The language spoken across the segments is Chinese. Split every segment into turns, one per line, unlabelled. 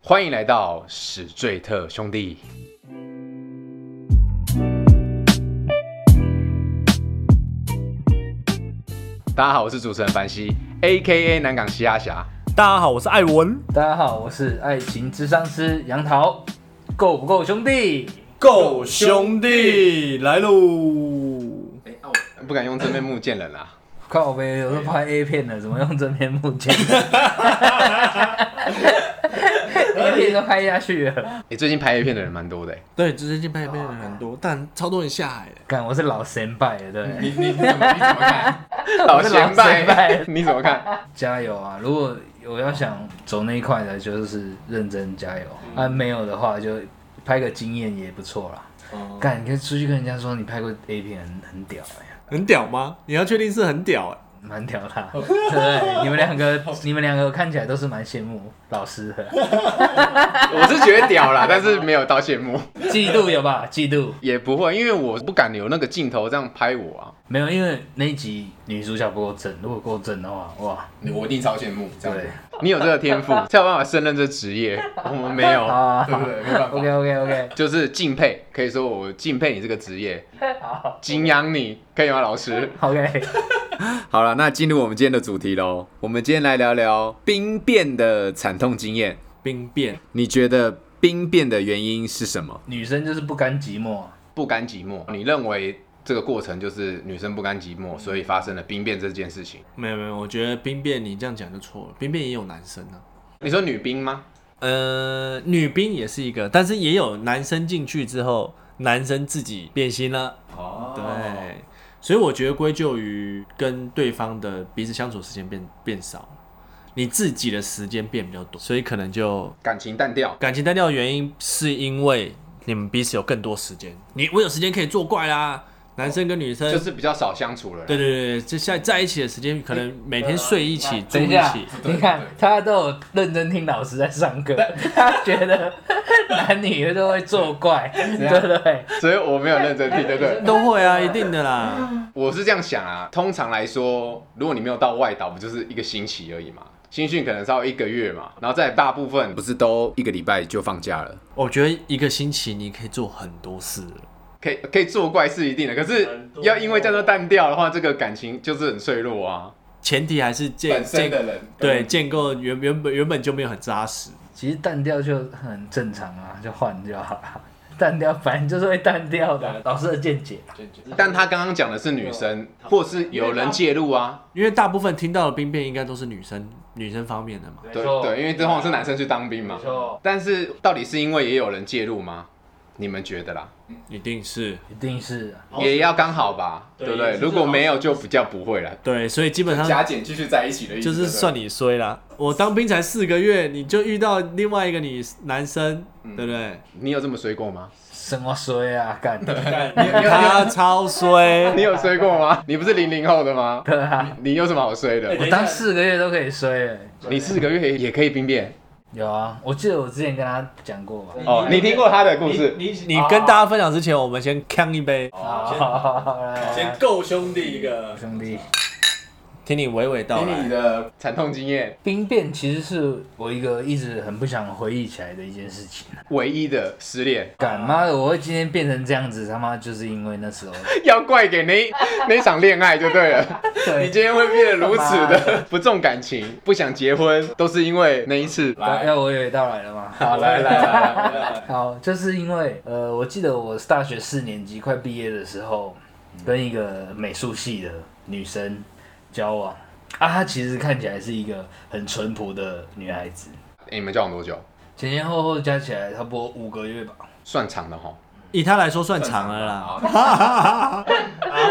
欢迎来到史最特兄弟。大家好，我是主持人凡西，A.K.A 南港西亚侠。
大家好，我是艾文，
大家好，我是爱情智商师杨桃，够不够兄弟？
够兄弟来喽！
不敢用真面目见人啊啦、
靠呗，我都拍 A 片了，怎么用真面目 见人？A 片都拍下去了，
你、最近拍 A 片的人蛮多的、欸，
对，最近拍片的人很多，但超多人下欸海了。
看我是老神拜了，对不对，
你你怎么你怎 么看？
老
我是老
前
前辈
你怎么看？
加油啊！如果我要想走那一块的，就是认真加油，啊，没有的话就拍个经验也不错啦。干，你可以出去跟人家说你拍过 A 片很很屌哎、
很屌吗？你要确定是很屌哎、
蛮屌啦， 对不哦对？你们两个，你们两个看起来都是蛮羡慕老师的，
我是觉得屌啦，但是没有到羡慕，
嫉妒有吧？嫉妒
也不会，因为我不敢有那个镜头这样拍我啊。
没有，因为那一集女主角不够正，如果够正的话，哇，
我一定超羡慕，
对
你有这个天赋，才有办法胜任这职业。我们没有，
啊
对不对？没办法。
，OK OK OK，
就是敬佩，可以说我敬佩你这个职 业，敬仰你，可以吗，老 师？
OK，
好了，那进入我们今天的主题喽。我们今天来聊聊兵变的惨痛经验。
兵变，
你觉得兵变的原因是什么？
女生就是不甘寂寞，啊
不甘寂寞。你认为这个过程就是女生不甘寂寞，所以发生了兵变这件事情？
没有没有，我觉得兵变你这样讲就错了，兵变也有男生啊。
你说女兵吗？
呃，女兵也是一个，但是也有男生进去之后，男生自己变心了。
哦
对，所以我觉得归咎于跟对方的彼此相处时间变变少了，你自己的时间变比较多，所以可能就
感情淡掉。
感情单调的原因是因为你们彼此有更多时间，你我有时间可以作怪啦，男生跟女生，
就是比较少相处了。
对对对，这在在一起的时间可能每天睡一起、住
啊等一
一
下
起，，
你看他都有认真听老师在上课，他觉 得男女都会作怪，对啊不对？
所以我没有认真听，对不对？
都会啊，一定的啦。
我是这样想啊，通常来说，如果你没有到外岛，不就是一个星期而已嘛？新训可能稍微一个月嘛，然后再大部分不是都一个礼拜就放假了，
我觉得一个星期你可以做很多事了，
可以可以做怪是一定的，可是要因为这样就淡掉的话，这个感情就是很脆弱啊。
前提还是建建
人
对建构原原本原本就没有很扎实。
其实淡掉就很正常啊，就换就好了。淡掉反正就是会淡掉的，老师的见解。
但他刚刚讲的是女生，或是有人介入啊，
因为大部分听到的兵变应该都是女生女生方面的嘛，
对对，因为这往往是男生去当兵嘛
没错。
但是到底是因为也有人介入吗？你们觉得啦？
一定是
一定是啊
也要刚好吧，对
对
不对？
也是
如果没有就比较不会啦。
对，所以基本上
减继续在一起的意
啊就是算你衰啦。我当兵才四个月，你就遇到另外一个女男生，对不对？
你有这么衰过吗？
什么衰啊， 干的
哎他超 衰，
你有衰过吗？你不是零零后的 吗？
对啊，
你有什么好衰的？
我当四个月都可以衰了。
你四个月也可以兵变
有啊，我记得我之前跟他讲过吧。
嗯
哦。你听过他的故事？
你你跟大家分享之前，我们先呛一杯，
啊好，来来来
哦够兄弟一个，
兄弟，
听你娓娓道来。
的惨痛经验，
兵变其实是我一个一直很不想回忆起来的一件事情。
唯一的失恋，
干妈的，我会今天变成这样子，他妈就是因为那时候。
要怪给那 那场恋爱就对 了。你
对，
今天会变得如此的不重感情，不想结婚，都是因为那一次。
要要哎我娓娓道来了吗？
好，来来来来，来
好，就是因为呃，我记得我大学四年级快毕业的时候，
嗯
跟一个美术系的女生交往啊，她其实看起来是一个很淳朴的女孩子，
哎你们交往多久？
前前后后加起来差不多五个 月吧。
算长的哈。
以他来说算长了啦，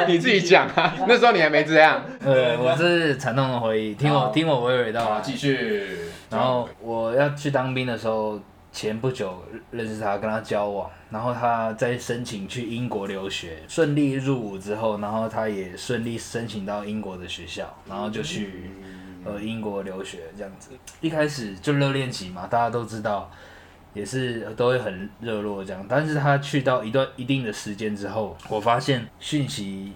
你自己讲 啊，那时候你还没这样。
呃，我这是惨痛的回忆，听我听我娓娓道来。
续。
然后我要去当兵的时候，前不久认识他，跟他交往，然后他在申请去英国留学，顺利入伍之后，然后他也顺利申请到英国的学校，然后就去呃英国留学这样子。一开始就热恋期嘛，大家都知道，也是都会很热络这样。但是他去到一段一定的时间之后，我发现讯息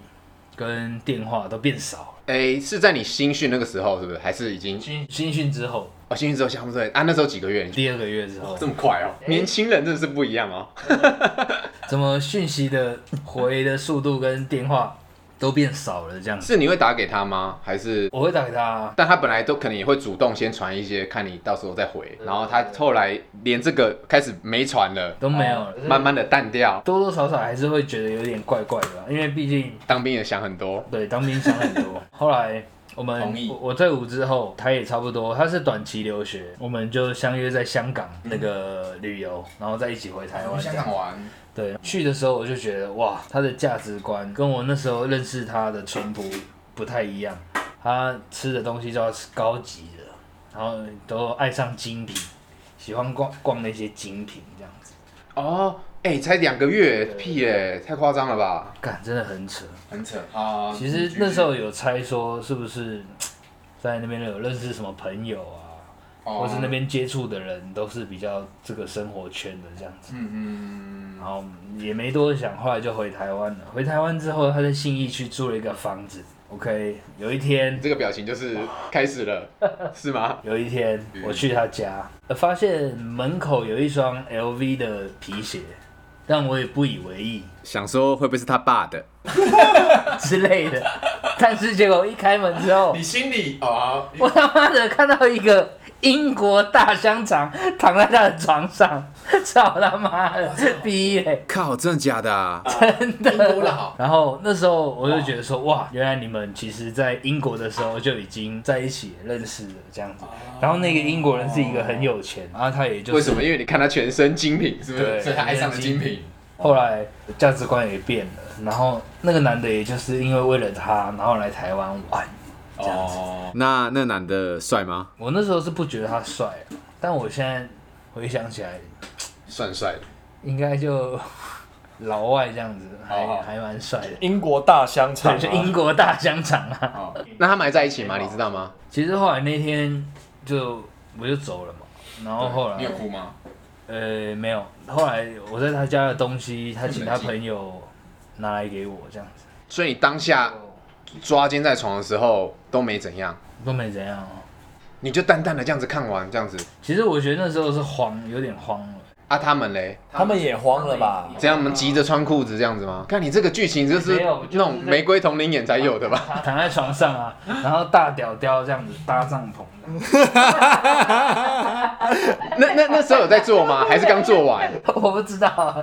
跟电话都变少了。
哎、哎，是在你新训那个时候是不是？还是已经
新新训之后，
哦新训之后项目队啊？那时候几个月？
第二个月之后
这，么快
哎
哦？年轻人真的是不一样哦。
怎么讯息的回的速度跟电话都变少了这样 子？
是你会打给他吗？还是？
我会打给他啊，
但他本来都可能也会主动先传一些，看你到时候再回。然后他后来连这个开始没传了，
都没有
哦
了，
慢慢的淡掉。
多多少少还是会觉得有点怪怪的吧，因为毕竟
当兵也想很多，
对当兵想很多。后来我们
同意
我我退伍之后，他也差不多，他是短期留学，我们就相约在香港那个旅游，然后再一起回台湾。
香港玩，
对，去的时候我就觉得哇，他的价值观跟我那时候认识他的淳朴不太一样。他吃的东西都要吃高级的，然后都爱上精品，喜欢逛逛那些精品这样子。
哦，哎、才两个月，屁哎、太夸张了吧？
干，真的很扯。
很扯。
啊
好，
其实那时候有猜说是不是在那边有认识什么朋友啊，或是那边接触的人都是比较这个生活圈的这样子，
嗯嗯，
然后也没多想，后来就回台湾了。回台湾之后，他在信义区租了一个房子。OK，有一天
你，这个表情就是开 始了，是吗？
有一天我去他家，呃发现门口有一双 LV 的皮鞋，但我也不以为意
想说会不会是他爸的？
之类的，但是结果一开门之后，
你心里啊，
我他妈的看到一个英国大香肠躺在他的床上，操他妈的，逼嘞！
靠，真的假的、啊？
英国的好，
然后那时候我就觉得说，哇，原来你们其实，在英国的时候就已经在一起认识了
哦
这样子。然后那个英国人是一个很有钱，然后他也就是
为什么？因为你看他全身精品，是不
对
是？
所以他爱上了精品。
后来价值观也变了，然后那个男的也就是因为为了他，然后来台湾玩。这样子
哦，
那那男的帅吗？
我那时候是不觉得他帅啊，但我现在回想起来，
算帅的，
应该就 老外这样子，还、
哦
还蛮帅的。
英国大香肠、
对，
啊，
就英国大香肠啊。
那他们还在一起吗？你知道吗？
其实后来那天就我就走了嘛，然后后
你
来
有哭吗？
呃没有，后来我在他家的东西，他请他
冷静
朋友拿来给我这样子，
所以你当
啊
下抓奸在床的时候都没怎样，
都没怎样哦。
你就淡淡的这样子看完，这样子。
其实我觉得那时候是慌，有点慌了。
啊，他们嘞？
他们也慌了吧？
怎样？我们急着穿裤子这样子吗？看你这个剧情就是
没有就是
那种玫瑰同龄眼才有的吧？
躺在床上啊，然后大屌屌这样子搭帐篷，
那那那时候有在做 吗？还是刚做完，
我不知道啊，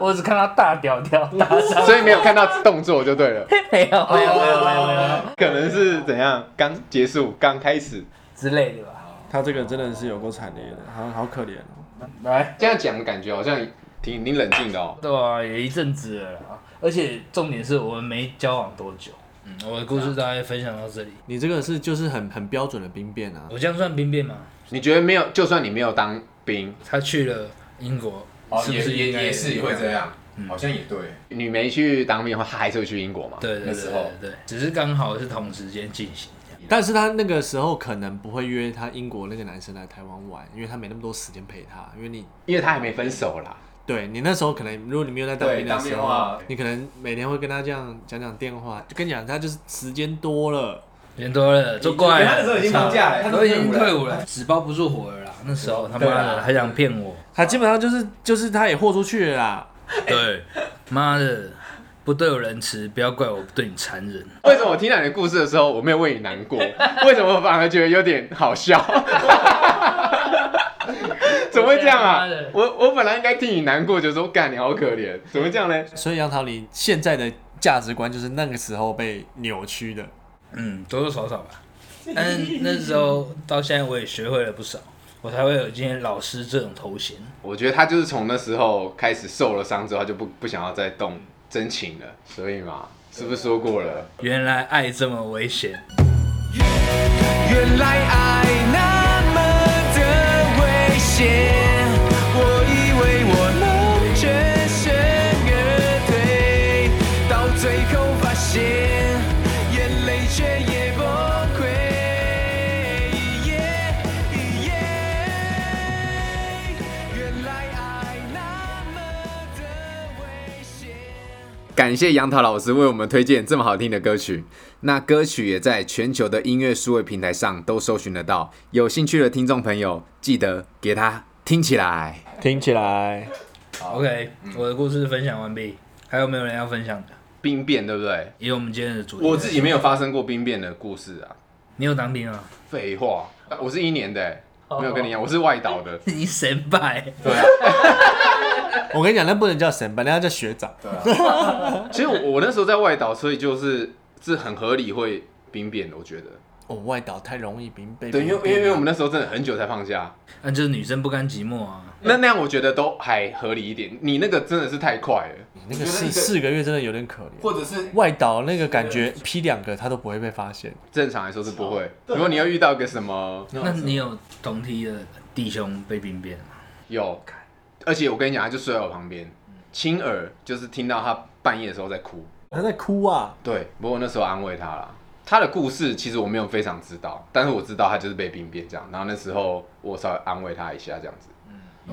我只看到大屌屌搭帐
所以没有看到动作就对了。
篷，没有没有没有没有没有
可能是怎样？刚结束，刚开始。
之类的吧。
他这个真的是有够惨烈的，好好可怜哦。
来，
这样讲感觉好像挺挺冷静的哦。
对啊，也一阵子了啦，而且重点是我们没交往多久。嗯，我的故事大概分享到这里。
你这个是就是很很标准的兵变啊，
我这样算兵变吗？
你觉得没有？就算你没有当兵，
他去了英国，
哦，
是不
也
是
也
应该
也是会这？样，好像也对。
你没去当兵的话，他还是会去英国嘛？
对对
那
对
时
对
候
对，只是刚好是同时间进行这样。
但是他那个时候可能不会约他英国那个男生来台湾玩，因为他没那么多时间陪他，因为你
因为他还没分手啦。
对你那时候可能，如果你没有在当兵
对
的
当兵
时
的
候
话，
你可能每天会跟他这样讲讲电话，就跟你讲他就是时间多了，
人多了，都怪
他那时候已经放假了，他
都已经退伍了，纸包不住火了啦。那时候他妈
对
的
啊
还想骗我，
他基本上就是就是他也豁出去了啦。
对，妈的，不对我仁慈，不要怪我对你残忍。
为什么我听到你的故事的时候，我没有为你难 过？为什么我反而觉得有点好笑？怎么会这样啊
我觉得妈的？
我我本来应该替你难过，就说干你好可怜，怎么会这样呢？
所以杨桃，你现在的价值观就是那个时候被扭曲的。
嗯，多多少少 吧。但那时候到现在，我也学会了不少，我才会有今天老师这种头衔。
我觉得他就是从那时候开始受了伤之后，他就不不想要再动真情了，所以嘛，是不是说过了？
原来爱这么危险。
原来爱那么的危险，我以为我能全身而退，到最后发现眼泪却也崩溃。原来爱那么的危险。
感谢杨桃老师为我们推荐这么好听的歌曲。那歌曲也在全球的音乐数位平台上都搜寻得到，有兴趣的听众朋友记得给它听起来。
听起来
OK，我的
嗯
故事分享完毕，还有没有人要分享的？
兵变对不对？
以我们今天的主题，
我自己没有发生过兵变的故事啊。
你有当兵啊？
废话，我是一年的、欸，没有跟你一样，我是外岛的。
你神败，
我跟你讲，那不能叫神班，那要叫学长。
其实我我那时候在外岛，所以就是是很合理会兵变的，我觉得。
哦，外岛太容易兵被
对，因为因
兵
为
变
因为我们那时候真的很久才放假，
那啊就是女生不甘寂寞啊。
那那样我觉得都还合理一点。你那个真的是太快了，
那个四四个月真的有点可怜。
或者是
外岛那个感觉批两个他都不会被发现，
正常来说是不会。如果你要遇到个什么
那你有同梯的弟兄被兵变吗？
有，而且我跟你讲，他就睡在我旁边，亲耳就是听到他半夜的时候在哭。
他在哭啊。
对，不过我那时候安慰他了。他的故事其实我没有非常知道，但是我知道他就是被兵变这样。然后那时候我稍微安慰他一下这样子，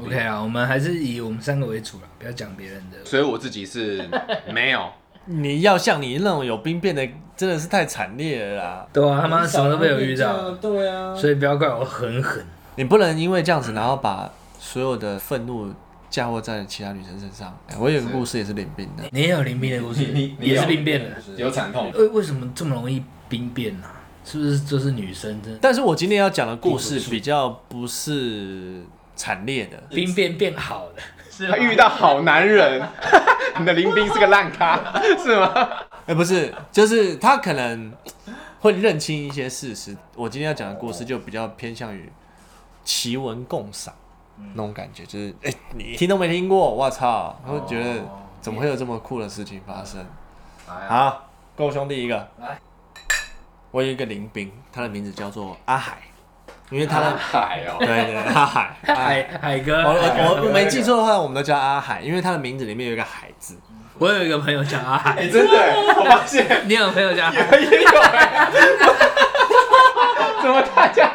OK 啊，我们还是以我们三个为主啦，不要讲别人的。
所以我自己 是没有。
你要像你那种有兵变的，真的是太惨烈了啦！
对啊，他妈什么都没有遇到，
对啊，
所以不要怪我很狠。
你不能因为这样子，然后把所有的愤怒嫁祸在其他女生身上。哎我有个故事也是领兵的，
你也有临兵的故事，
你
也是
有
兵变的。
有惨痛，
为为什么这么容易兵变呢、是不是就是女生真的
但是我今天要讲的故事比较不是惨烈的，
兵变变好了？
他遇到好男人， 你的林斌是个烂咖，是吗？
哎、不是，就是他可能会认清一些事实。我今天要讲的故事就比较偏向于奇闻共赏那种感觉，就是哎、你听都没听过，我操，会觉得怎么会有这么酷的事情发生？好，够兄弟一个。我有一个林兵，他的名字叫做阿海，因为他的、
海哦，
对对对阿海，
海海哥，
我我我没记错的话，我们都叫阿海，因为他的名字里面有一个海字。
我有一个朋友叫阿海，
哎真的，我发现
你有朋友叫阿海？
也有哎、 怎么大家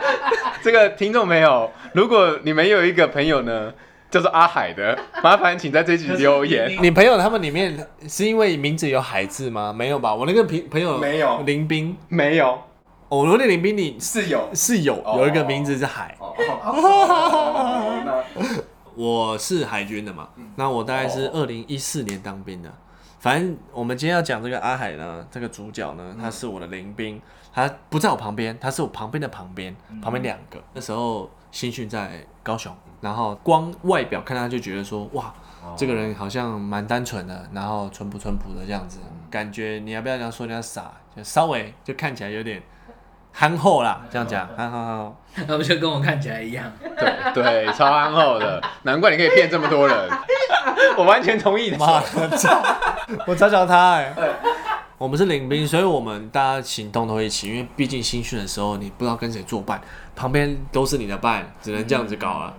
这个听众没有？如果你们有一个朋友呢，叫做阿海的，麻烦请在这集留言。
你朋友他们里面是因为名字有海字吗？没有吧？我那个朋朋友
没有
林斌，
没有，
哦我那个林斌里
是有。
是有
哦
有一个名字是海，我是海军的嘛，那我大概是二零一四年当兵的。反正我们今天要讲这个阿海呢，这个主角呢，他是我的林兵，他不在我旁边，他是我旁边的旁边，旁边两个。那时候新训在高雄，然后光外表看他就觉得说，哇，这个人好像蛮单纯的，然后淳朴淳朴的这样子，感觉你要不要这样说人家傻，就稍微就看起来有点憨厚啦，这样讲，憨憨憨厚。
他们就跟我看起来一样。
对对，超憨厚的，难怪你可以骗这么多人。我完全同意
妈
他。
的，操 我嘲笑他哎、我们是领兵，所以我们大家行动都一起，因为毕竟新训的时候你不知道跟谁作伴，旁边都是你的伴，只能这样子搞了。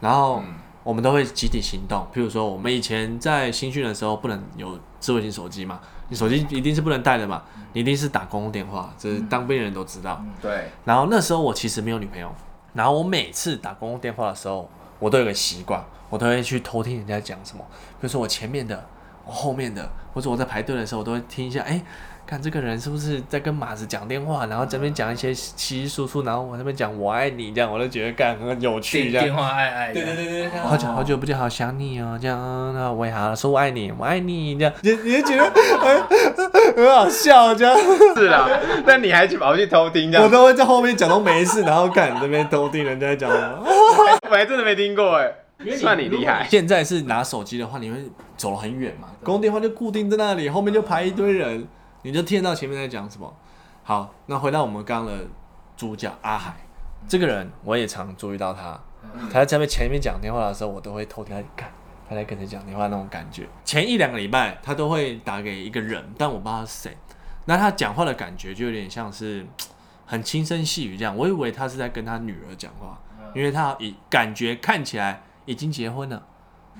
然后我们都会集体行动，譬如说我们以前在新训的时候不能有智慧型手机嘛，你手机一定是不能带的嘛，你一定是打公共电话，这是当兵的人都知道。
对，
然后那时候我其实没有女朋友，然后我每次打公共电话的时候，我都有个习惯，我都会去偷听人家讲什么，比如说我前面的，我后面的，或者我在排队的时候，我都会听一下，哎，看这个人是不是在跟马子讲电话，然后这边讲一些稀稀疏疏，然后我那边讲我爱你这样，我就觉得干很有趣
电
这样
电。话爱爱，对对对，
好久好久不见，好想你哦，这样，嗯那我也好说我爱你，我爱你，这样，你你就觉得哎 很很好笑，这样，
是啦。那你还去跑去偷听这
我
样？
都会在后面讲都没事，然后看这边偷听人家讲什么。
我还真的没听过哎，算你厉害。
现在是拿手机的话，你会走了很远嘛？公共电话就固定在那里，后面就排一堆人，你就听得到前面在讲什么。好，那回到我们刚刚的主角阿海，这个人我也常注意到他，
嗯
他在前面前面讲电话的时候，我都会偷听他看他在跟谁讲电话那种感觉。前一两个礼拜他都会打给一个人，但我不知道他是谁。那他讲话的感觉就有点像是很轻声细语这样，我以为他是在跟他女儿讲话，因为他已感觉看起来已经结婚了。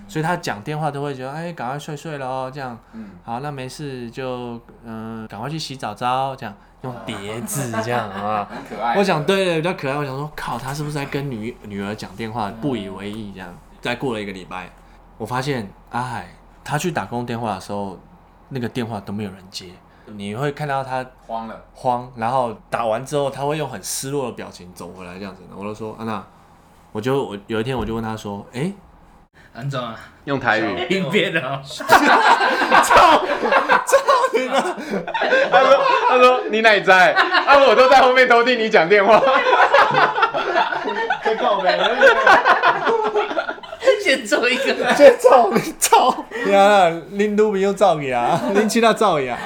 所以他讲电话都会觉得，哎、赶快睡睡喽，这样，好，那没事就，嗯、赶快去洗澡澡，这样，用叠字这样啊，
很可
哎
爱
我想对比较可爱。我想说，靠，他是不是在跟女女儿讲电话？不以为意哎这样。再过了一个礼拜，我发现阿海他去打工电话的时候，那个电话都没有人接，你会看到他
慌了，
慌，然后打完之后他会用很失落的表情走回来这样子。我就说安娜、我就我有一天我就问他说，哎、
安总啊，
用台语，
应变的哦，
他说他说你哪里在？啊，我都在后面偷听你讲电话，
先做一个，
这造你造呀，林都明又造呀，林七大造呀。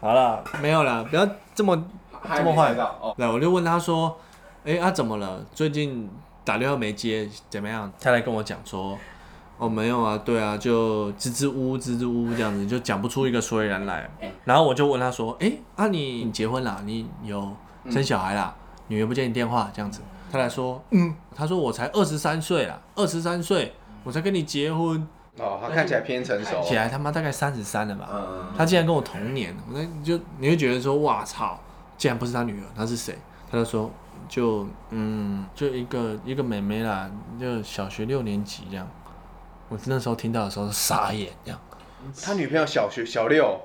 好了，没有了，不要这么这么坏。
哦
对，我就问他说：“哎、啊怎么了？最近打电话没接，怎么样？”他来跟我讲说：“哦，没有啊，对啊，就支支吾吾，支支吾吾这样子，就讲不出一个所以然来。”然后我就问他说：“哎、啊你你结婚啦？你有生小孩啦？女儿不接你电话这样子？”他来说：“嗯，他说我才二十三岁啦，二十三岁我才跟你结婚，
哦，他看起来偏成熟
起来他妈大概三十三了吧。
嗯，
他竟然跟我同年，我那你就你会觉得说，哇操，竟然不是他女儿，他是谁？他就说，就嗯，就一个一个妹妹啦，就小学六年级这样。我那时候听到的时候傻眼，这样。
他女朋友小学小六，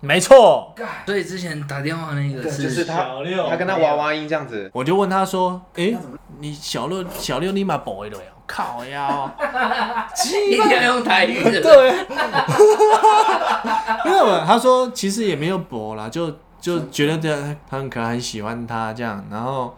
没错，
所以之前打电话那个
就是是他
小六
他跟他娃娃音这样子，
我就问他说，诶，你小六小六立马补一了呀，靠 呀！
一定要用台语的，
对， 没有，他说其实也没有博啦，就就觉得这样他很可爱，很喜欢他这样，然后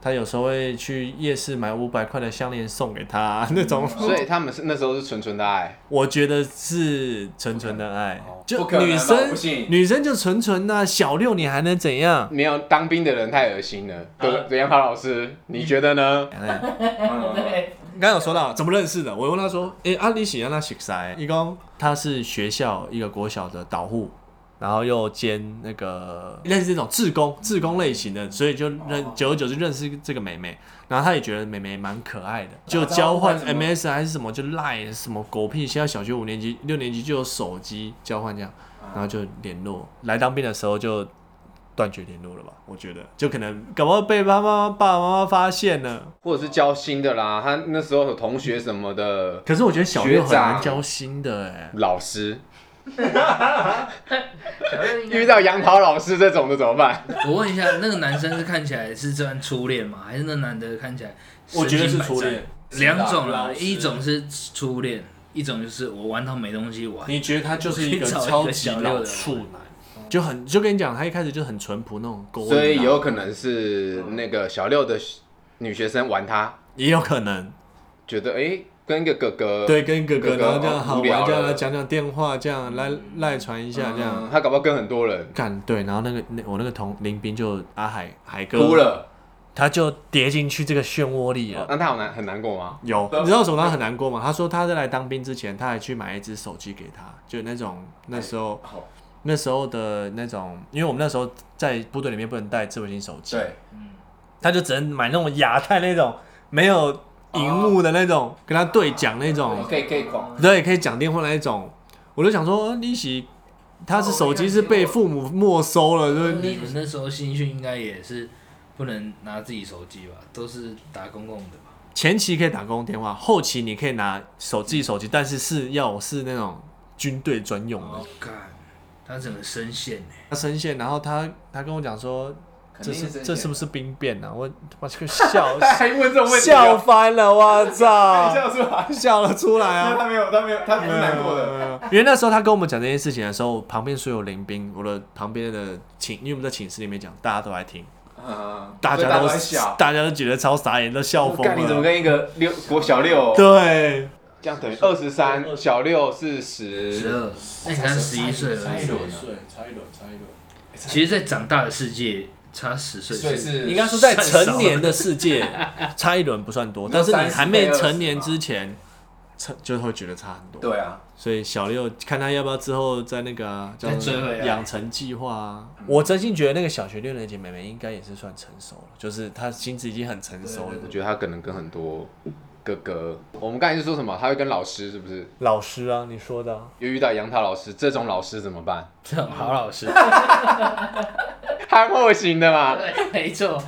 他有时候会去夜市买五百块的项链送给他 那种，
嗯所以他们是那时候是纯纯的爱，
我觉得是纯纯的爱，就
不可能吧
女
我
生
不信
女生就纯纯的、小六你还能怎样？
没有当兵的人太恶心了，对不对？杨桃老师，你觉得呢？嗯
刚刚有说到怎么认识的，我问他说：“诶，阿里喜让他洗塞，一共他是学校一个国小的导护，然后又兼那个哦类似这种志工、志工类型的，所以就认久而久之认识这个妹妹，然后他也觉得妹妹蛮可爱的，就交换 MS 还是什么，就赖什么狗屁，现在小学五年级、六年级就有手机交换这样，然后就联络。来当兵的时候就断绝联络了吧，我觉得就可能搞不好被妈妈、爸爸妈妈发现了。”
或者是交心的啦，他那时候有同学什么的，
可是我觉得小六
学
很
长
难交心的哎、
老师
小六应该
遇到杨桃老师这种的怎么办？
我问一下，那个男生是看起来是算初恋吗？还是那男的看起来？
我觉得是初恋。
两种啦
老，师
一种是初恋，一种就是我玩到没东西玩。
你觉得他就是一个超级老处男，就很就跟你讲，他一开始就很淳朴那种勾引啊，
所以有可能是那个小六的女学生玩他，
也有可能
觉得哎、诶跟个哥哥
对跟哥
哥
哥
哥
哦然后这样好
无聊
玩，这样
了
来讲讲电话，这样来赖传一下这样。
嗯他搞不好跟很多人
干对，然后那个那我那个同林斌就阿海海哥
哭，了，
他就跌进去这个漩涡里了。
那他好难很难过吗？
有，你知道为什么他很难过吗？他说他在来当兵之前，他还去买一只手机给他，就那种那时候、
好
那时候的那种，因为我们那时候在部队里面不能带智慧型手机，，他就只能买那种亚太那种没有荧幕的那种，跟他对讲那种，
以可以狂，
哦对，可以讲电话那一种。我就想说，利息他是手机是被父母没收了，就是
你
你
们那时候新训应该也是不能拿自己手机吧？都是打公共的吧？
前期可以打公用电话，后期你可以拿手自己手机，但是是要是那种军队专用的。
哦，干，他整个深陷欸呢。
他深陷，然后他他跟我讲说，这
定是
是
深
这
陷
是不是兵变啊？我我这个笑
他还问这种问题
笑
哦，
翻了，我操，
笑出来，
笑了出来啊！
没有他没有他不是难过的，
因为那时候他跟我们讲这件事情的时候，旁边所有林兵，我的旁边的寝，因为我们在寝室里面讲，大家都来听，
嗯，
大
所以
家都
在笑。
大家都觉得超傻眼，都笑疯
干你怎么
了。
跟一个六国小六
对，
这样等于二十三，小六是
十
十，
二，那你才十一岁而已。
差一轮，差一轮。
其实，在长大的世界，差十岁
应该说在成年的世界，差一轮不算多，但是你还没成年之前，成就会觉得差很多。
对啊，
所以小六看他要不要之后在那个、啊、叫
再追回来
养成计划啊。
嗯
我真心觉得那个小学六年级妹妹应该也是算成熟了，就是她心智已经很成熟了。
我觉得他可能跟很多哥哥，我们刚才是说什么？他会跟老师是不是？
老师啊，你说的、啊，
又遇到杨桃老师这种老师怎么办？
这种好老师，
他憨厚型的嘛，
对，没错，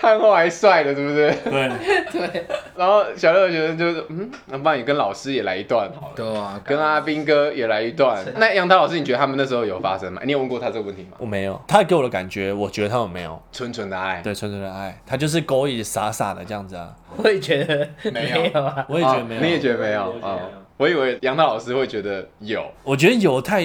憨厚还帅的，是不是？
对，
对，
然后小六的学生就是，嗯，那不然你跟老师也来一段好了，
对啊，
跟阿斌哥也来一段。那杨涛老师，你觉得他们那时候有发生吗？你有问过他这个问题吗？
我没有，他给我的感觉，我觉得他们没有，
纯纯的爱，
对纯纯的爱，他就是勾引傻傻的这样子啊，
我也觉得
没
没
有
有啊，
我也觉得没
哦
有，
你也觉得没有
我也觉得没有
哦我以为杨涛老师会觉得有，
我觉得有太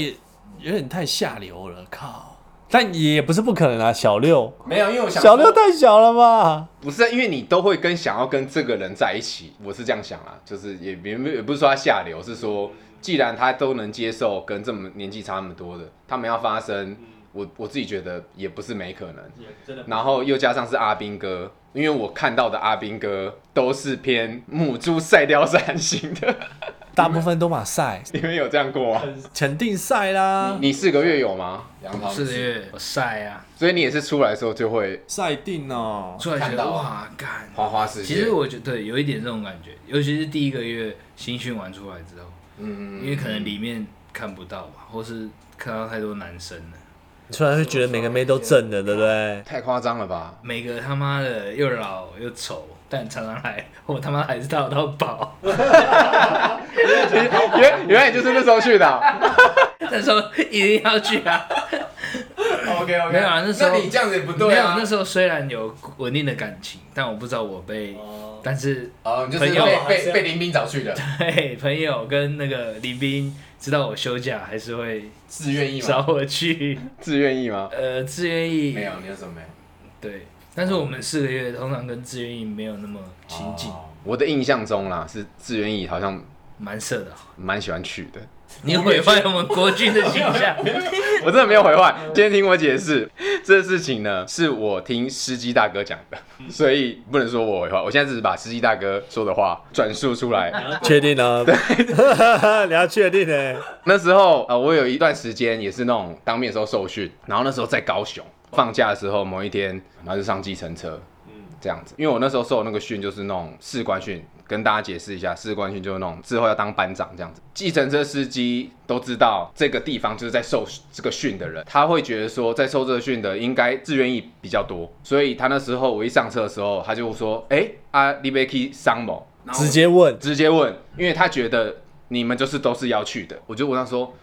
有点太下流了，靠！但也不是不可能啊，小六，
没有，因为我想
小六太小了吧？
不是，啊因为你都会跟想要跟这个人在一起，我是这样想啊，就是也也也不是说他下流，是说既然他都能接受跟这么年纪差那么多的，他们要发生，我我自己觉得也不是没可能。然后又加上是阿兵哥，因为我看到的阿兵哥都是偏母猪赛貂山型的，
大部分都马赛，
你们有这样过吗？
肯定赛啦，
你四个月有吗？杨涛
四个，月我晒啊，
所以你也是出来的时候就会
赛定哦。
出来觉
看
得
到
哇，干，
花花世界。
其实我觉得对有一点这种感觉，尤其是第一个月新训完出来之后，
嗯，
因为可能里面看不到吧，或是看到太多男生了，
突然会觉得每个妹都正的，对不对？
太夸张了吧？
每个他妈的又老又丑，但常常来，我他妈还是到到饱。
原原来你就是那时候去的啊、
那时候一定要去啊！
OK OK，
没有啊那时候
你这样子也不
没
对
有
啊。
那时候虽然有稳定的感情，但我不知道我被，但是
哦，你就是
朋友
被
还
被被林斌找去的，
嘿朋友跟那个林斌知道我休假，还是会
自愿
啊
意
找
吗？
我去，
自愿意吗？
呃，自愿意
没有，你有什么没有？
对，但是我们四个月通常跟志愿意没有那么亲近，
哦我的印象中啦，是自愿意好像
蛮色的。
蛮喜欢去的。
你毁坏我们国军的形象。
我真的没有回话，今天听我解释这事情呢，是我听司机大哥讲的，所以不能说我回话。我现在只是把司机大哥说的话转述出来。
确定啊？ 你要确定呢、欸
那时候呃，我有一段时间也是那种当面的时候受训，然后那时候在高雄放假的时候，某一天然后就上计程车，这样子。因为我那时候受的那个训就是那种士官训，跟大家解释一下，士官训就是那种之后要当班长这样子。计程车司机都知道这个地方就是在受这个训的人，他会觉得说在受这个训的应该自愿意比较多，所以他那时候我一上车的时候，他就说：“哎、啊，你被去伤某。”
直接问，
直接问，因为他觉得你们就是都是要去的。我就问他说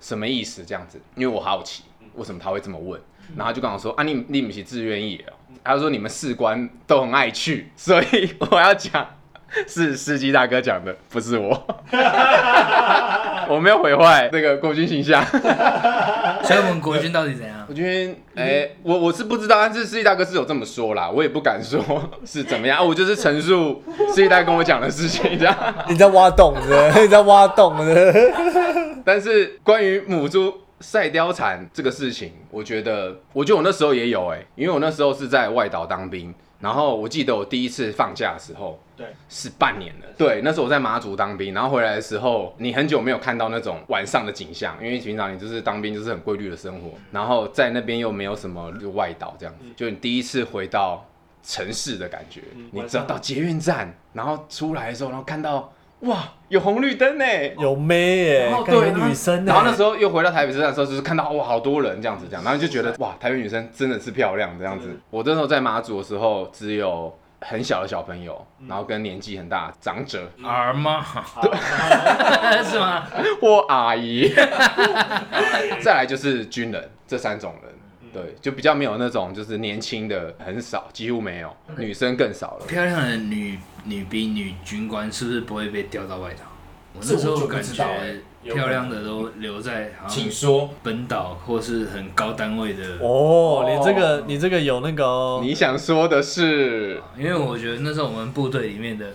什么意思这样子，因为我好奇为什么他会这么问，然后他就跟我说啊，你你们是自愿意哦，他说你们士官都很爱去，所以我要讲是 司机大哥讲的，不是我，我没有毁坏这个国军形象。
所以我们国军到底怎样？
我觉得，哎、我我是不知道，但是司机大哥是有这么说啦，我也不敢说是怎么样，啊我就是陈述司机大哥跟我讲的事情这样。
你在挖洞的， 你在挖洞的。
但是关于母猪赛貂蝉这个事情，我觉得，我觉得我那时候也有哎、因为我那时候是在外岛当兵，然后我记得我第一次放假的时候，
对，
是半年了。对，那时候我在马祖当兵，然后回来的时候，你很久没有看到那种晚上的景象，因为平常你就是当兵就是很规律的生活，然后在那边又没有什么外岛这样子，就你第一次回到城市的感觉，你知道到捷运站，然后出来的时候，然后看到哇有红绿灯呢、欸
有妹耶、
哦
欸，
对，
有
然后
女生 呢、
然后那时候又回到台北车站的时候，就是看到哇，好多人这样子这样，然后就觉得哇，台北女生真的是漂亮这样子。我那时候在马祖的时候，只有很小的小朋友，然后跟年纪很大的长者
儿吗？ 是吗？
或阿姨， 再来就是军人这三种人。对，就比较没有那种就是年轻的很少，几乎没有，女生更少了。
漂亮的女女兵、女军官是不是不会被调到外岛？我那时候感觉漂亮的都留在好像
说，
本岛或是很高单位的，
哦，你这个你这个有那个、哦，
你想说的是
因为我觉得那时候我们部队里面的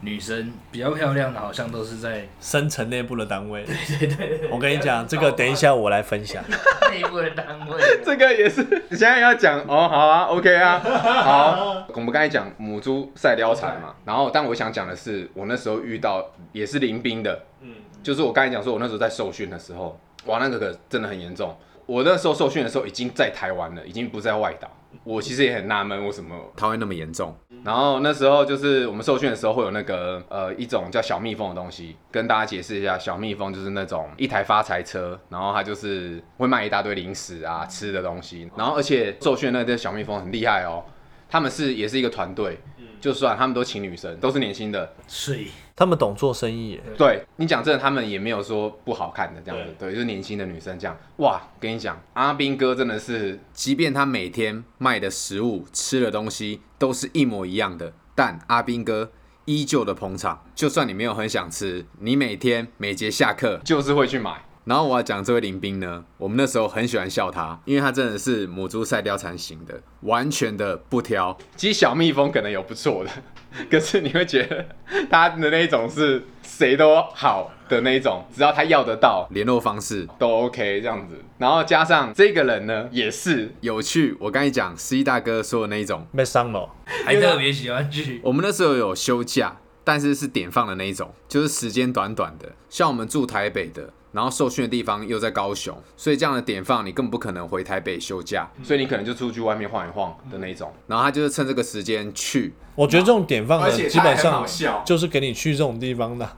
女生比较漂亮的，好像都是在
深层内部的单位。对对对我跟你讲，这个等一下我来分享。
哦内部的单位。
这个也是，你现在要讲哦，好啊，OK 啊， 好。我们刚才讲母猪赛貂蝉嘛，然后但我想讲的是，我那时候遇到也是临兵的，嗯，就是我刚才讲说，我那时候在受训的时候，哇，那个可真的很严重。我那时候受训的时候已经在台湾了，已经不在外岛。我其实也很纳闷为什么。
他会那么严重？
然后那时候就是我们受训的时候会有那个呃一种叫小蜜蜂的东西，跟大家解释一下，小蜜蜂就是那种一台发财车，然后它就是会卖一大堆零食啊吃的东西。然后而且受训的那些小蜜蜂很厉害哦，他们是也是一个团队，就算他们都请女生，都是年轻的，
水
他们懂做生意耶，
对你讲真的，他们也没有说不好看的这样子，对，就是年轻的女生这样。哇，跟你讲，阿斌哥真的是
即便他每天卖的食物、吃的东西都是一模一样的，但阿兵哥依旧的捧场。就算你没有很想吃，你每天每节下课，
就是会去买，
然后我要讲这位林兵呢，我们那时候很喜欢笑他，因为他真的是母猪赛貂蝉型的，完全的不挑。
其实小蜜蜂可能有不错的， 可是你会觉得他的那一种是谁都好的那一种，只要他要得到
联络方式
都 OK 这样子。然后加上这个人呢，也是
有趣，我刚才讲 C 大哥说的那一种，
被伤了。
还特别喜欢去
我们那时候有休假，但是是点放的那一种，就是时间短短的。像我们住台北的，然后受训的地方又在高雄，所以这样的点放你根本不可能回台北休假。
所以你可能就出去外面晃一晃的那一种。
然后他就是趁这个时间去，
我觉得这种典范
而且
的
他
基本
还很
上
好笑
就是给你去这种地方的，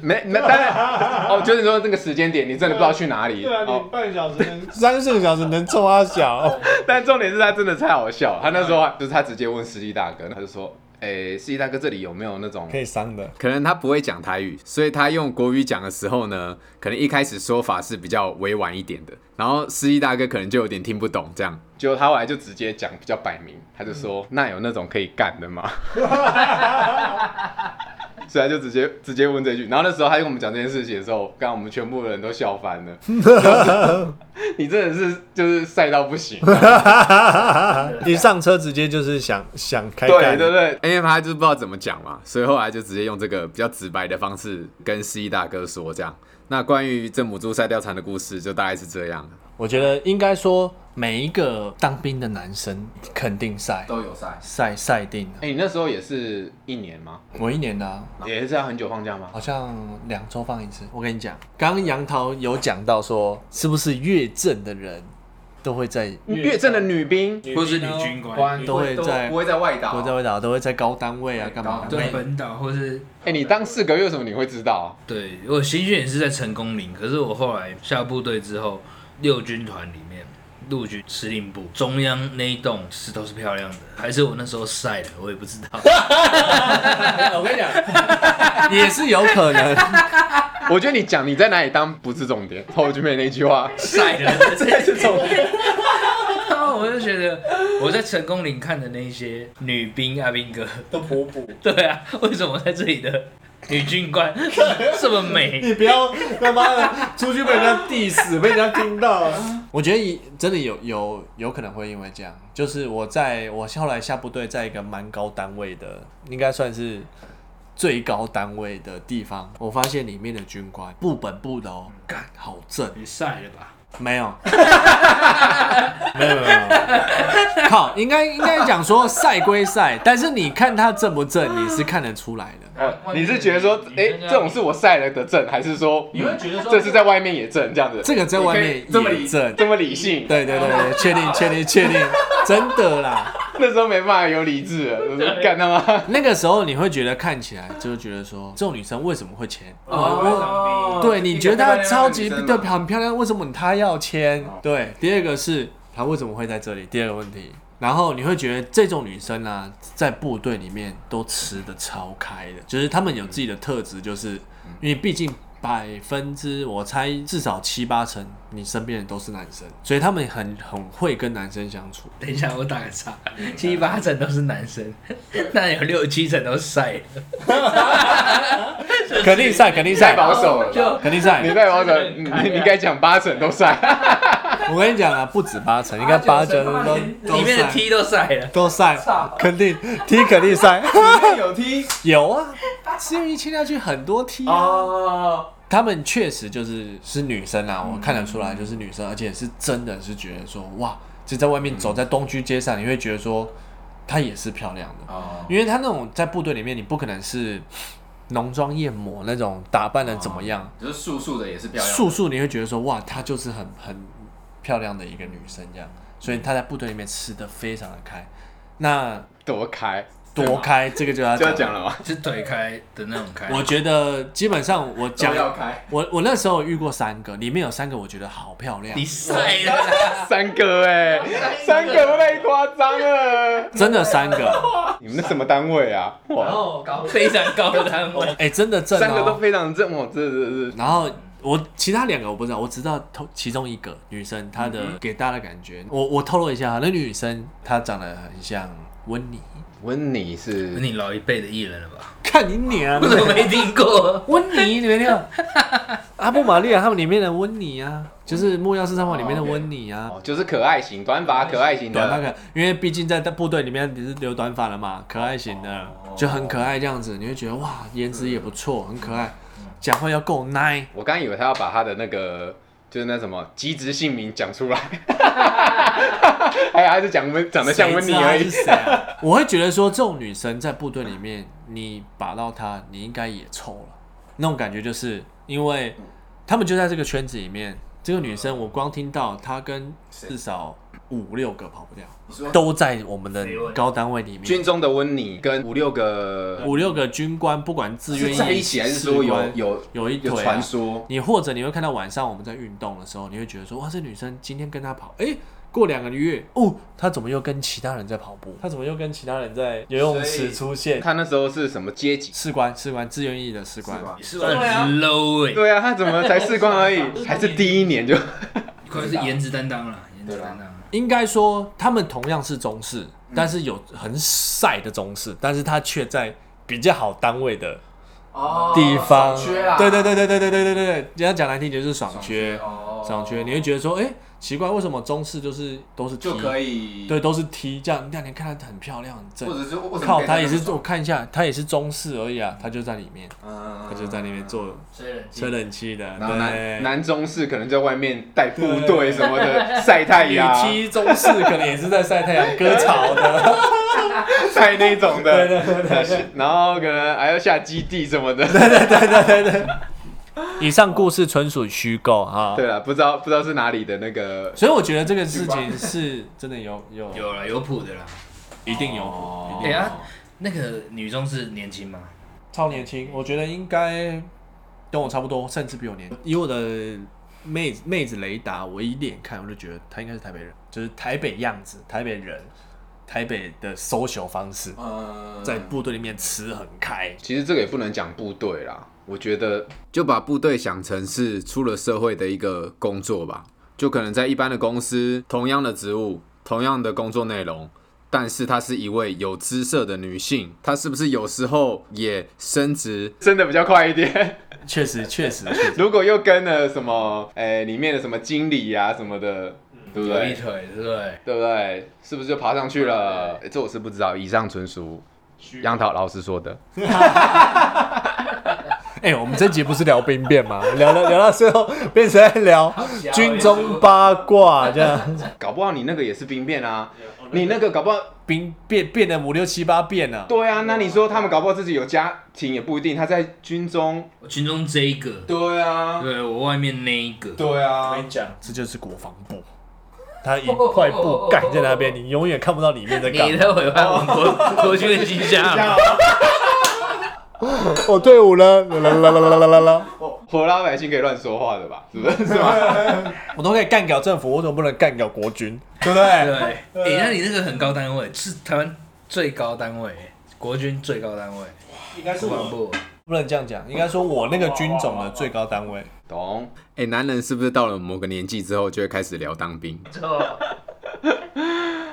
没没，当然哦，就是说这个时间点，你真的不知道去哪里。
啊
哦，
半小时能
三四个小时能凑阿小，
但重点是他真的太好笑，他那时候就是他直接问司机大哥，他就说：“诶、司机大哥，这里有没有那种
可以伤的。
可能他不会讲台语，所以他用国语讲的时候呢，可能一开始说法是比较委婉一点的，然后司机大哥可能就有点听不懂这样。嗯
结果他后来就直接讲比较摆明，他就说、那有那种可以干的 吗？所以他就直接直接问这句，然后那时候他跟我们讲这件事情的时候，刚刚我们全部的人都笑翻了。 就是你真的是就是晒到不行，
一上车直接就是想想开
对
干，
对对，
因为他就是不知道怎么讲嘛，所以后来就直接用这个比较直白的方式跟司机大哥说这样。那关于这母猪赛貂蝉的故事就大概是这样，
我觉得应该说每一个当兵的男生肯定晒
都有赛。
晒晒定了。
哎、你那时候也是一年吗？
我一年呢、啊，
也是要很久放假吗？
好像两周放一次。我跟你讲，刚刚杨桃有讲到说，是不是越正的人都会在
越正的女兵，
或是女军官，
都会在
会在外岛
都在外岛都会在高单位啊干
高
嘛
单？
对本岛或是
哎、你当四个月，为什么你会知道？啊
对我新训也是在成功岭，可是我后来下部队之后，六军团里面陆军司令部中央那一栋是都是漂亮的，还是我那时候晒的，我也不知道。
我跟你讲，也是有可能。
我觉得你讲你在哪里当不是重点，后军妹那句话，
晒的，这才是重点。然后 我就觉得我在成功岭看的那些女兵阿兵哥，
都婆婆。
对啊，为什么在这里的女军官 这么美？
你不要他妈的出去被人家 diss，被人家听到。
我觉得以真的有有有可能会因为这样，就是我在我后来下部队，在一个蛮高单位的，应该算是最高单位的地方，我发现里面的军官不本部的哦，干好正，
你晒了吧？
没有， 没有没有没有，靠，应该应该讲说晒归晒，但是你看他正不正，你是看得出来的。
哦，你是觉得说，哎、这种是我晒了的正，还是说你会觉得说这是在外面也正这样子？
这个在外面
你可以这么
也
理
正
这么理 性，
对对对对，确定确定确定，真的啦。
那时候没办法有理智了，我说干他妈！
那个时候你会觉得看起来就是觉得说这种女生为什么会签？
哦
对，你觉得她超级对很漂亮，为什么她要签？对，第二个是她为什么会在这里？第二个问题，然后你会觉得这种女生啊，在部队里面都吃的超开的，就是她们有自己的特质，就是因为毕竟。百分之我猜至少七八成，你身边人都是男生，所以他们很很会跟男生相处。
等一下，我打个岔，七八成都是男生，那有六七成都晒了。
肯定晒，肯定晒
太，保守了吧，
就
肯定晒。
你太保守，你你你该讲八成都晒，
我跟你讲啊，不止八成，应该八成都
里面的 T 都晒了。
都晒，肯定 T 肯定晒，
有听
有啊，是因为签下去很多 T 啊。
哦，
他们确实就是是女生啊，我看得出来就是女生，而且是真的是觉得说哇，就在外面走在东区街上，你会觉得说她也是漂亮
哦
的，因为她那种在部队里面，你不可能是浓妆艳抹那种打扮的怎么样，
就是素素的也是漂
素素你会觉得说哇，她就是很很漂亮的一个女生这样，所以她在部队里面吃的非常的开。那
躲开
多开这个就要
就要讲了吗？
是腿开的那种开。
我觉得基本上我讲
都要开，
我我那时候遇过三个，里面有三个我觉得好漂亮，
晒了啦，
三个哎、三个太夸张了。
真的 三个，
你们那什么单位啊？
然
哇，
后搞非常高的单位，
哎、真的正、哦，
三个都非常正哦，这这这
然后我其他两个我不知道，我只知道偷其中一个女生她
嗯
的给大家的感觉，我我透露一下，那女生她长得很像温妮，
温妮是
你老一辈的艺人了吧？
看你 娘
我怎么没听过？
温妮你没听过？ 阿布玛利亚他们里面的温妮啊，就是《木曜四三号》里面的温妮啊。
哦，啊就是可爱型短发可爱型
短发
的，
可，因为毕竟在部队里面你是留短发了嘛，可爱型的就很可爱这样子，你会觉得哇，颜值也不错，很可爱，讲话要够奶，
我刚以为他要把他的那个就是那什么机职姓名讲出 来，哎呀，还是讲温长得像温妮而
谁
已
知道她是。谁啊 我会觉得说，这种女生在部队里面，你把到她，你应该也臭了。那种感觉就是因为他们就在这个圈子里面，这个女生我光听到她跟至少五六个跑不掉，都在我们的高单位里面
军。中的温妮跟五六个
五六个军官，不管自愿
是在一起，还是说
士
有
官
有
有一
有
腿啊
传说？
你或者你会看到晚上我们在运动的时候，你会觉得说哇，这女生今天跟她跑，哎、过两个月哦，她怎么又跟其他人在跑步？她怎么又跟其他人在游泳池出现？
他那时候是什么阶级？
士官，士官，自愿役的士官，
你是不是很 low 哎？
对啊，他怎么才士官而 已，还是第一年就
你快是颜值担当了，颜值担当。
应该说他们同样是中式，但是有很晒的中式，但是他却在比较好单位的
哦
地方，
啊
对对对对对对对对对，人家讲难听点就是啊爽缺，哦
哦
爽缺，你会觉得说，哎、奇怪，为什么中式就是都是 T，
以
对，都是 T，这样，但你看她很漂亮，很正，
是我
靠，他也是我看一下，他也是中式而已啊，他就在里面，
嗯
他就在里面做
虽然
吹冷气 的，
啊然后
对
男男中士可能在外面带部队什么的 晒太
与
阳，
其中式可能也是在晒 太阳割草的，
晒那种的，
对对对对对。
然后可能还要下基地什么 的。
以上故事纯属虚构啊。
对了，不知道不知道是哪里的那个，
所以我觉得这个事情是真的有有
有了有谱的啦。
一定有
哦
谱，一
对
定有
啊，那个女中是年轻吗？
超年轻，我觉得应该跟我差不多，甚至比我年。以我的妹子妹子雷达，我一眼看我就觉得她应该是台北人，就是台北样子，台北人，台北的 social 方式，
嗯
在部队里面吃很开。
其实这个也不能讲部队啦，我觉得
就把部队想成是出了社会的一个工作吧，就可能在一般的公司，同样的职务，同样的工作内容，但是她是一位有姿色的女性，她是不是有时候也升职？
真的比较快一点。
确实，确实，确实。
如果又跟了什么，哎、里面的什么经理呀、什么的，对不
有
对？
一腿，对不对？
对不对？是不是就爬上去了？哎这我是不知道，以上纯属杨桃老师说的。
哎、我们这集不是聊兵变吗？聊到聊到最后变成在聊
啊
军中八卦这样，
搞不好你那个也是兵变啊，你那个搞不好
兵变变了五六七八变了、
对啊，那你说他们搞不好自己有家庭也不一定，他在军中。
我军中这一个，
对啊，
对我外面那一个，
对啊，
讲，这就是国防部，他一块布盖在那边，你永远看不到里面在干
你
嘛。
的毁坏我们国国军的形象。
我哦队伍了，啦啦啦啦啦啦啦，
活老百姓可以乱说话的吧？是不是？ 是吗？
我都可以干掉政府，我怎么不能干掉国军？对不对？
对，哎，那你那个很高单位，是台湾最高单位，国军最高单位，应该是国防部。
不能这样讲，应该说我那个军种的最高单位。
懂。
哎、男人是不是到了某个年纪之后就会开始聊当兵？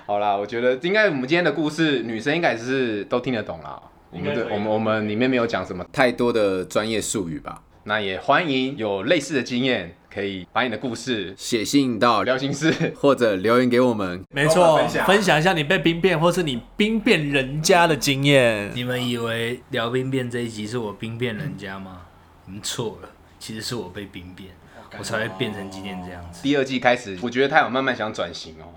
好啦，我觉得应该我们今天的故事，女生应该也是都听得懂啦。我们对我们我们里面没有讲什么，
太多的专业术语吧。
那也欢迎有类似的经验，可以把你的故事
写信到
聊心事。
或者留言给我们，
没错，分享一下你被兵变，或是你兵变人家的经验。
你们以为聊兵变这一集是我兵变人家吗？你们错了，其实是我被兵变，我才会变成今天这样子。
第二季开始，我觉得他有慢慢想转型哦。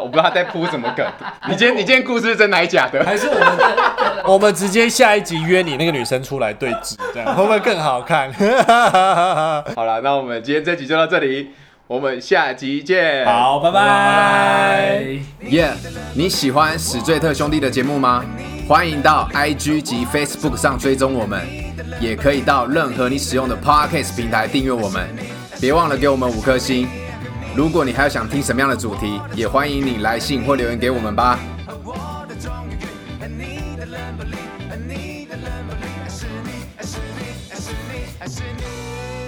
我不知道他在铺什么梗。你今天你今天故事是真的还是假的？
还是我们，我们直接下一集约你那个女生出来对峙，这样会不会更好看？
好了，那我们今天这集就到这里。我们下集见。
好，拜拜。
拜。
耶你喜欢史最特兄弟的节目吗？欢迎到 IG 及 Facebook 上追踪我们，也可以到任何你使用的 Podcast 平台订阅我们。别忘了给我们五颗星。如果你还有想听什么样的主题，也欢迎你来信或留言给我们吧。
I see me, I see me, I see me, I see me.